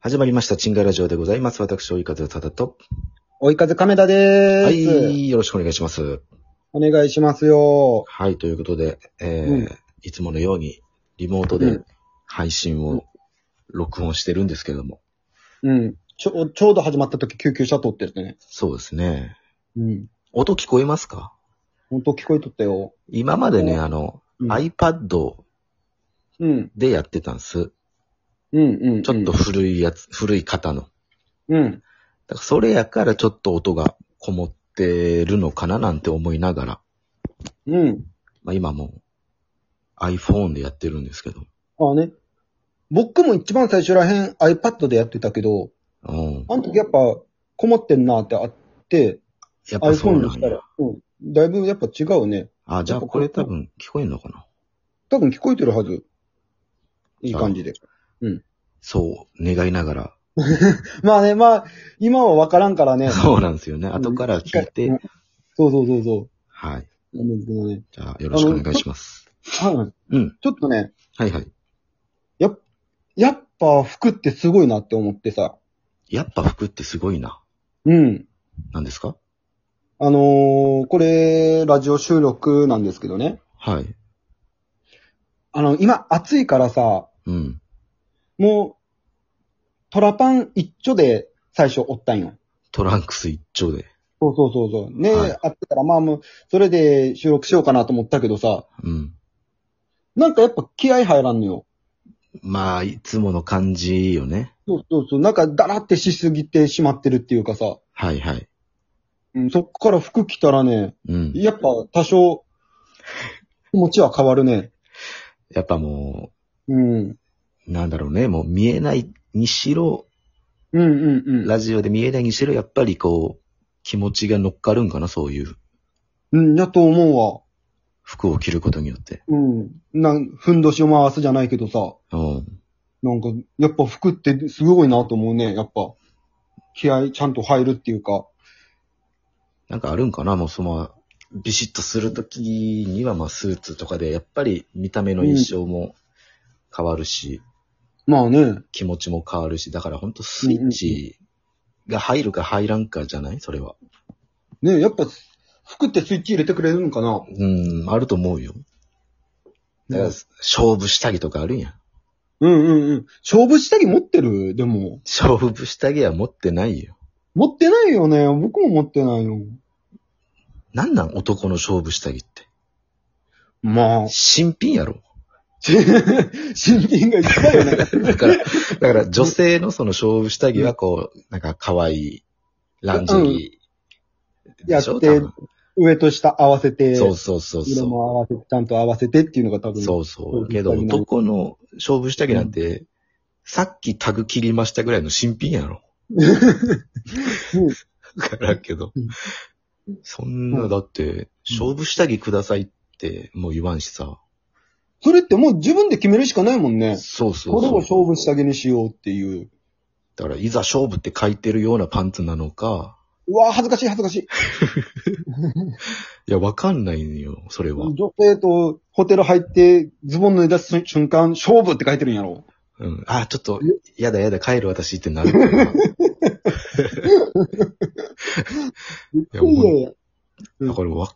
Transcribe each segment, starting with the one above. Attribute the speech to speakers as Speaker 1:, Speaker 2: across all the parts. Speaker 1: 始まりました、チンガラジオでございます。私、及風ただと。
Speaker 2: 追い風亀田で
Speaker 1: は
Speaker 2: ーす。
Speaker 1: い、よろしくお願いします。
Speaker 2: お願いしますよ。
Speaker 1: はい、ということで、えー
Speaker 2: うん
Speaker 1: いつものように、リモート
Speaker 2: う
Speaker 1: で
Speaker 2: ん
Speaker 1: 配信
Speaker 2: う
Speaker 1: を録音してるんですけども。
Speaker 2: うん。ちょ、ちょうど始まった時救急車通ってるね。
Speaker 1: そうですね。
Speaker 2: うん。
Speaker 1: 音聞こえますか
Speaker 2: ほんと聞こえとったよ。
Speaker 1: 今までね、
Speaker 2: お
Speaker 1: あの、
Speaker 2: うん。
Speaker 1: iPad
Speaker 2: うん。
Speaker 1: でやってたんです。
Speaker 2: うん。うん。
Speaker 1: ちょっと。古いやつ、古い方の。
Speaker 2: うん。
Speaker 1: だからそれやからちょっと音がこもってるのかななんて思いながら、
Speaker 2: うん。
Speaker 1: まあ今もう iPhone でやってるんですけど。
Speaker 2: ああね。僕も一番最初らへん iPad でやってたけ
Speaker 1: う
Speaker 2: ど、
Speaker 1: ん。
Speaker 2: あの時やっぱこもってんなってあって、
Speaker 1: やっぱそう
Speaker 2: iPhone
Speaker 1: な
Speaker 2: にし
Speaker 1: ん
Speaker 2: た
Speaker 1: や
Speaker 2: ら。、うん。だいぶやっぱ違うね。
Speaker 1: あ、じゃあこれ多分聞こえんのかな
Speaker 2: 多分聞こえてるはず。いい感じで。
Speaker 1: そう、願いながら。
Speaker 2: まあね、まあ、今はわからんからね。
Speaker 1: そうなんですよね。後から聞い
Speaker 2: うん
Speaker 1: て。。
Speaker 2: そうそうそうそ
Speaker 1: はい。
Speaker 2: う。なんですけどね。
Speaker 1: じゃあよろしくお願いします。
Speaker 2: はい。
Speaker 1: うん。
Speaker 2: ちょっとね、
Speaker 1: はいはい。
Speaker 2: やっぱ服ってすごいなって思ってさ。
Speaker 1: やっぱ服ってすごいな。
Speaker 2: うん。
Speaker 1: なんですか
Speaker 2: あのー、これ、ラジオ収録なんですけどね。
Speaker 1: はい。
Speaker 2: あの、今暑いからさ、
Speaker 1: うん。
Speaker 2: もう、トラパン一丁で最初おったんよ。
Speaker 1: トランクス一丁で。
Speaker 2: そうそうそうそう。ね、
Speaker 1: はい
Speaker 2: あったから、まあもう、それで収録しようかなと思ったけどさ、
Speaker 1: うん。
Speaker 2: なんかやっぱ気合入らんのよ。
Speaker 1: まあ、いつもの感じよね。
Speaker 2: そうそうそう。なんかだらってしすぎてしまってるっていうかさ、
Speaker 1: はいはい。
Speaker 2: うん、そっから服着たらね、
Speaker 1: うん。
Speaker 2: やっぱ多少、気持ちは変わるね。
Speaker 1: やっぱも
Speaker 2: うん。
Speaker 1: う、なんだろうね、もう見えないにしろ、
Speaker 2: うんうんうん。
Speaker 1: ラジオで見えないにしろ、やっぱりこう、気持ちが乗っかるんかな、そういう
Speaker 2: うん、だと思
Speaker 1: 服を着ることによって。
Speaker 2: うわ。うん。なん、ふんどしを回すじゃないけどさ、
Speaker 1: うん。
Speaker 2: なんか、やっぱ服ってすごいなと思うね、やっぱ。気合ちゃんと入るっていうか。
Speaker 1: なんかあるんかな、もうその、ビシッとするときには、まあスーツとかで、やっぱり見た目の印象も変わるし、
Speaker 2: まあね。
Speaker 1: 気持ちも変わるし、だからほんとスイッチが入るか入らんかじゃないそれは。
Speaker 2: ね、やっぱ、服ってスイッチ入れてくれるのかな
Speaker 1: うん、あると思うよ。だから、勝負したりとかあるんや。
Speaker 2: うんうんうん。勝負下着持ってるでも。
Speaker 1: 勝負下着は持ってないよ。
Speaker 2: 持ってないよね。僕も持ってないよ。
Speaker 1: なんなん男の勝負下着って。。
Speaker 2: まあ
Speaker 1: 新品やろ。
Speaker 2: 新品が一番よ ね。
Speaker 1: だから、だから女性のその勝負下着はこう、なんか可愛い、ランジェリー。で
Speaker 2: やっ
Speaker 1: しょ
Speaker 2: て
Speaker 1: 多分
Speaker 2: 上と下合わせて。
Speaker 1: そうそうそう
Speaker 2: 色
Speaker 1: そ
Speaker 2: も合わせて、ちゃんと合わせてっていうのが多
Speaker 1: う。
Speaker 2: 分。
Speaker 1: そうそう。けど男の勝負下着なんて、さっきタグ切りましたぐらいの新品やろ。だからけど
Speaker 2: うん。
Speaker 1: そんな、だって、勝負下着くださいってもう言わんしさ。
Speaker 2: それってもう自分で決めるしかないもんね。
Speaker 1: そうそ
Speaker 2: これを
Speaker 1: う
Speaker 2: 勝
Speaker 1: そう。
Speaker 2: 負下着にしようっていう。
Speaker 1: だから、いざ勝負って書いてるようなパンツなのか、
Speaker 2: うわー恥ずかしい恥ずかしい。
Speaker 1: いや、わかんないのよ、それは。
Speaker 2: 女性とホテル入って、ズボン脱いだ瞬瞬間、勝負って書いてるんやろ。
Speaker 1: うん。あ、ちょっと
Speaker 2: え、
Speaker 1: やだやだ、帰る私ってなる から。
Speaker 2: い
Speaker 1: やもう
Speaker 2: や。
Speaker 1: だからわ、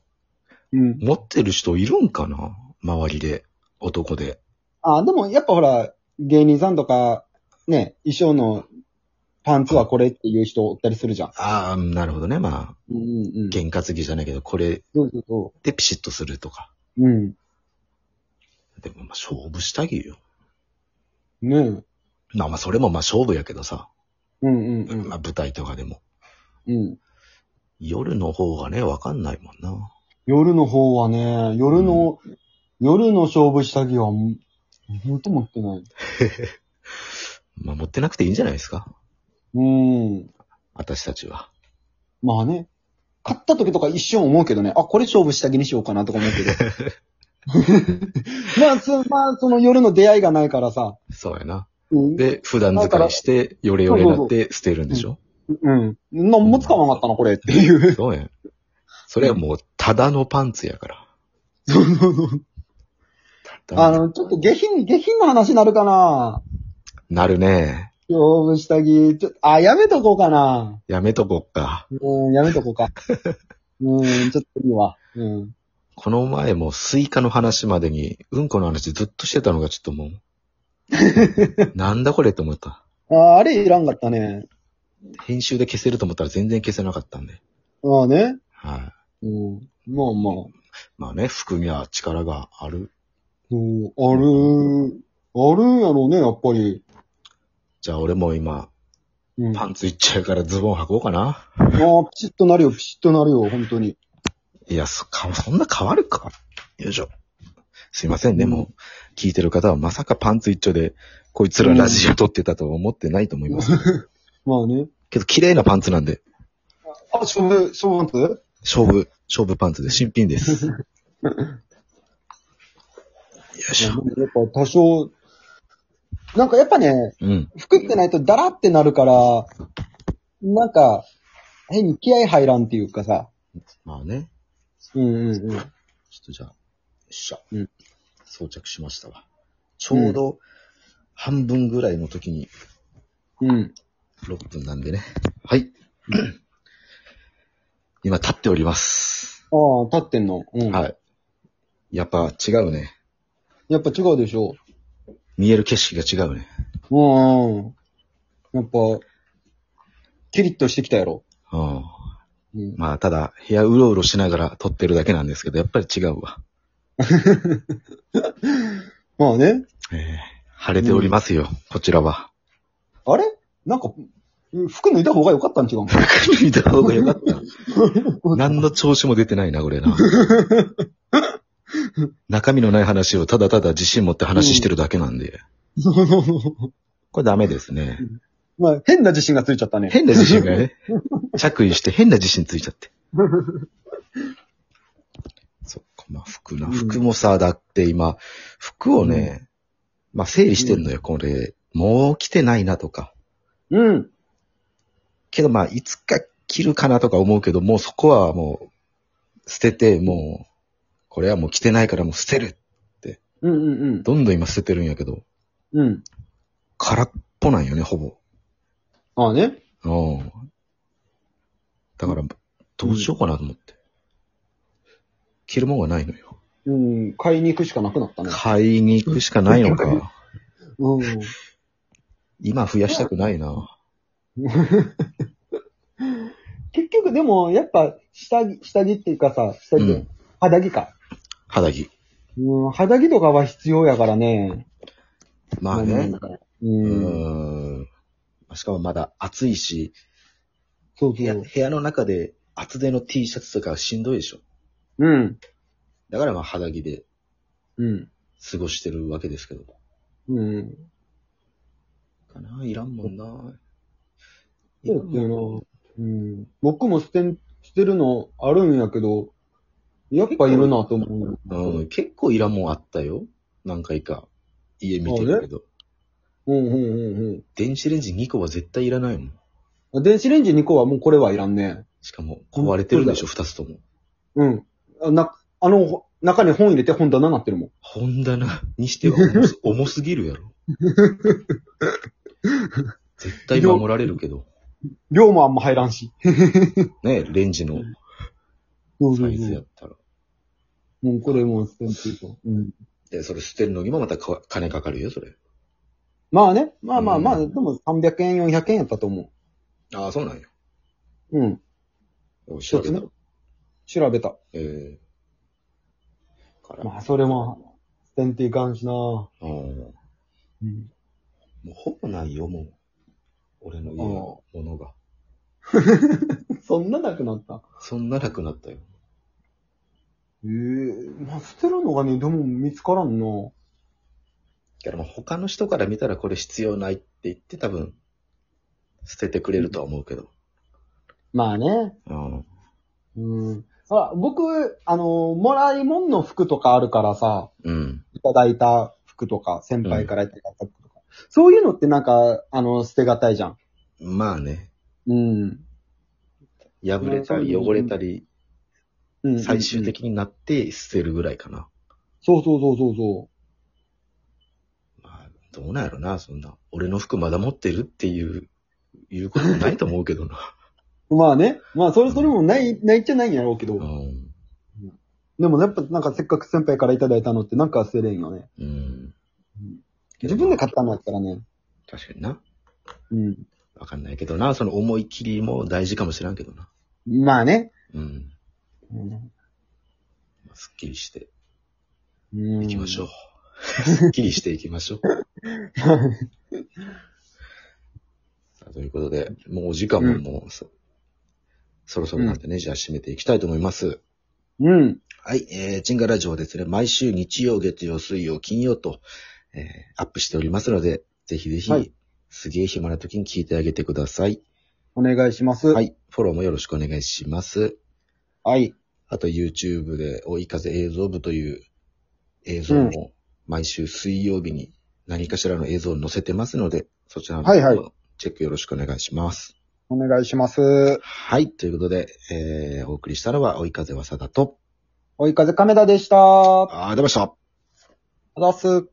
Speaker 2: うん。
Speaker 1: 持ってる人いるんかな周りで。男で。
Speaker 2: あ、でもやっぱほら、芸人さんとか、ね、衣装のパンツはこれっていう人おったりするじゃん。
Speaker 1: ああ、なるほどね。まあ、
Speaker 2: うんうんうん。
Speaker 1: 験担ぎじゃないけど、これ
Speaker 2: そうそうそ
Speaker 1: でピシッとするとか。
Speaker 2: う。うん。
Speaker 1: でも、まあ、勝負下着よ。
Speaker 2: ねえ。うん
Speaker 1: まあまあ、それもまあ勝負やけどさ。
Speaker 2: うんうん。
Speaker 1: まあ、舞台とかでも。
Speaker 2: うん。
Speaker 1: 夜の方がね、わかんないもんな。
Speaker 2: 夜の方はね、夜の、夜の勝負下着は、ほんと持ってない。
Speaker 1: まあ、持ってなくていいんじゃないですか
Speaker 2: うん。
Speaker 1: 私たちは。
Speaker 2: まあね。買った時とか一瞬思うけどね、あ、これ勝負下着にしようかなとか思うけど。 まあ、そ、まあ、その夜の出会いがないからさ。
Speaker 1: そうやな。
Speaker 2: うん。
Speaker 1: で、普段使いして、ヨレヨレになって捨てるんでしょ
Speaker 2: うん。なんもつかわなかったな、これっていう。
Speaker 1: そうやん。それはもう、ただのパンツやから。
Speaker 2: そうそうそう。
Speaker 1: ただ
Speaker 2: あの、ちょっと下品、下品な話になるかな
Speaker 1: なるね。
Speaker 2: 勝負下着、ちょ、あ、やめとこうかな。
Speaker 1: やめとこっか。
Speaker 2: うん、やめとこ うか。うん、ちょっといいわ。うん。
Speaker 1: この前もスイカの話までに、うんこの話ずっとしてたのがちょっとも う、なんだこれって思った。
Speaker 2: あ、あれいらんかったね。
Speaker 1: 編集で消せると思ったら全然消せなかったんで。
Speaker 2: まあね。
Speaker 1: はい。
Speaker 2: うん。まあまあ。
Speaker 1: まあね、服には力がある。
Speaker 2: うん、ある、あるんやろうね、やっぱり。
Speaker 1: じゃあ俺も今、
Speaker 2: うん。
Speaker 1: パ
Speaker 2: あ
Speaker 1: ンツいっちゃうからズボン履こうかな。
Speaker 2: ーピシッとなるよ、ピシッとなるよ、本当に。
Speaker 1: いや、そ、か、そんな変わるか。よいしょ。すいませんね、もう、聞いてる方はまさかパンツ一丁で、こいつらラジオ撮ってたとは思ってないと思います。
Speaker 2: まあね。
Speaker 1: けど、綺麗なパンツなんで、
Speaker 2: あ、勝負、勝負なんて
Speaker 1: 勝負、勝負パンツで新品 です。よいし
Speaker 2: やっ
Speaker 1: ょ。
Speaker 2: ぱ多少、なんかやっぱね、
Speaker 1: うん。
Speaker 2: 服ってないとダラってなるから、なんか、変に気合入らんっていうかさ。
Speaker 1: まあね、
Speaker 2: うんうんうん。
Speaker 1: ちょっとじゃあ、よっしゃ。
Speaker 2: うん
Speaker 1: 装着しましたわ。ちょうど、半分ぐらいの時に、
Speaker 2: うん。
Speaker 1: 6分なんでね。はい。今、立っております。
Speaker 2: ああ、立ってんの。うん。
Speaker 1: はい。やっぱ違うね。
Speaker 2: やっぱ違うでしょ。
Speaker 1: 見える景色が違うね。
Speaker 2: うんうん。やっぱ、キリッとしてきたやろ。
Speaker 1: うん。
Speaker 2: うん。
Speaker 1: まあ、ただ、部屋うろうろしながら撮ってるだけなんですけど、やっぱり違うわ。
Speaker 2: まあね。
Speaker 1: ええ晴れておりますよ、こちらは。
Speaker 2: あれなんか、服脱いだ方が良かったん違うの
Speaker 1: 見た方がよか った。何の調子も出てないな、これな。中身のない話をただただ自信持って話してるだけなんで。
Speaker 2: そうそうそう。
Speaker 1: これダメですね。
Speaker 2: まあ、変な自信がついちゃったね。
Speaker 1: 変な自信が ね、着衣して変な自信ついちゃって。そっか、まあ服な。
Speaker 2: うん
Speaker 1: 服もさ、だって今、服をね、まあ整理してんのよ、これ。もう着てないなとか。
Speaker 2: うん。
Speaker 1: けどまあ、いつか着るかなとか思うけど、もうそこはもう、捨てて、もう、これはもう着てないからもう捨てる。
Speaker 2: うんうん
Speaker 1: どんどん今捨ててるんやけど、
Speaker 2: うん。うん。
Speaker 1: 空っぽなんよね、ほぼ。
Speaker 2: ああね。
Speaker 1: うん。だから、どうしようかなと思って。着るもんがないのよ。
Speaker 2: うん。買いに行くしかなくなったね。
Speaker 1: 買いに行くしかないのか。
Speaker 2: うん。
Speaker 1: 今増やしたくないな。
Speaker 2: 結局でも、やっぱ、下着、下着っていうかさ、下
Speaker 1: う
Speaker 2: 着、
Speaker 1: ん。
Speaker 2: 肌着か。
Speaker 1: 肌着。
Speaker 2: うん、肌着とかは必要やからね。
Speaker 1: まあね。
Speaker 2: う。
Speaker 1: うんん。しかもまだ暑いし、
Speaker 2: そう
Speaker 1: 部
Speaker 2: そ
Speaker 1: 屋
Speaker 2: う
Speaker 1: 部。屋の中で厚手の T シャツとかはしんどいでしょ。
Speaker 2: うん。
Speaker 1: だからまあ肌着で
Speaker 2: うん。
Speaker 1: 過ごしてるわけですけど。
Speaker 2: うん。
Speaker 1: かな、いらんもんな。い
Speaker 2: そ
Speaker 1: ら
Speaker 2: うんだ
Speaker 1: もん
Speaker 2: よな。うん。僕も捨てん、捨てるのあるんやけど、やっぱいるなと思う。
Speaker 1: うん、結構いらんもんあったよ。何回か。家見てるけど。
Speaker 2: うんうんうん
Speaker 1: 電子レンジ2個は絶対いらないもん。
Speaker 2: うん。電子レンジ2個はもうこれはいらんね。
Speaker 1: しかも壊れてるでしょ、2つとも。
Speaker 2: うん。あな、あの、ほ中に本入れて本棚になってるもん。
Speaker 1: 本棚にしては重す 重すぎるやろ。絶対守られるけど。
Speaker 2: 量もあんま入らんし。
Speaker 1: ねレンジの
Speaker 2: そう
Speaker 1: サイズやったら。
Speaker 2: もうこれもう捨てんというか。うん。
Speaker 1: で、それ捨てるのにもまたか金かかるよ、それ。
Speaker 2: まあね。まあまあまあ、
Speaker 1: う
Speaker 2: でも300円、400円やったと思
Speaker 1: ああ、そうなんよ。
Speaker 2: う。うん。
Speaker 1: 調べたら。
Speaker 2: 調べた。
Speaker 1: ええから、
Speaker 2: まあ、それも、捨てんといかんしな
Speaker 1: うんも
Speaker 2: うん。
Speaker 1: うほぼないよ、もう。俺の家のものが。
Speaker 2: そんななくなった。
Speaker 1: そんななくなったよ。
Speaker 2: ええまあ、捨てるのがね、でも見つからんな。
Speaker 1: だからもう他の人から見たらこれ必要ないって言って多分、捨ててくれるとは思うけど。
Speaker 2: まあね。
Speaker 1: うん。
Speaker 2: うん。あ僕、あの、もらいもんの服とかあるからさ、
Speaker 1: うん。
Speaker 2: いただいた服とか、先輩からいただいた服とか。そういうのってなんか、あの、捨てがたいじゃん。
Speaker 1: まあね。
Speaker 2: うん。
Speaker 1: 破れたり
Speaker 2: うん
Speaker 1: 汚れたり、
Speaker 2: うん、
Speaker 1: 最終的になって捨てるぐらいかな。
Speaker 2: そうそうそうそうそ
Speaker 1: まあどうなんやろな、そんな。俺の服まだ持ってるっていう、いうこともないと思うけどな。
Speaker 2: まあね。まあ、それ、それもない、ないっちゃないんやろうけど。
Speaker 1: うん。
Speaker 2: でも、やっぱ、なんか、せっかく先輩からいただいたのって、なんか忘れんよね。
Speaker 1: うん。
Speaker 2: 自分で買ったのやったらね。
Speaker 1: 確かにな。
Speaker 2: うん。
Speaker 1: わかんないけどな、その思い切りも大事かもしらんけどな。
Speaker 2: まあね。
Speaker 1: うん。
Speaker 2: うん。
Speaker 1: すっきりして
Speaker 2: 行
Speaker 1: いきましょう。すっきりしていきましょう。 さあということで、もうお時間ももうそ、そろそろなんでね、じゃあ締めていきたいと思います。
Speaker 2: う。うん。
Speaker 1: はい、えー、チンガラジオはですね、毎週日曜、月曜、水曜、金曜と、えー、アップしておりますので、ぜひぜひ、
Speaker 2: はい
Speaker 1: すげえ暇な時に聞いてあげてください。
Speaker 2: お願いします。。
Speaker 1: はいい、フォローもよろしくお願いします。
Speaker 2: はい。
Speaker 1: あと YouTube で、追い風映像部という映像
Speaker 2: うん
Speaker 1: も、毎週水曜日に何かしらの映像を載せてますので、そちらの
Speaker 2: はいはい
Speaker 1: チェックよろしくお願いします。
Speaker 2: お願いします。
Speaker 1: はい、ということで、えー、お送りしたのは、追い風わさだと、
Speaker 2: 追い風亀田でした。あ
Speaker 1: あー、出ました
Speaker 2: ざっす。